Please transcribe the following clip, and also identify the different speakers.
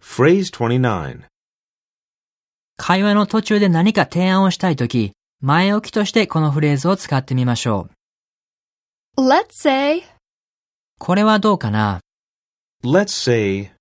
Speaker 1: Phrase 29.
Speaker 2: 会話の途中で何か提案をしたいとき、前置きとしてこのフレーズを使ってみましょう。
Speaker 3: Let's say,
Speaker 2: これはどうかな
Speaker 1: Let's say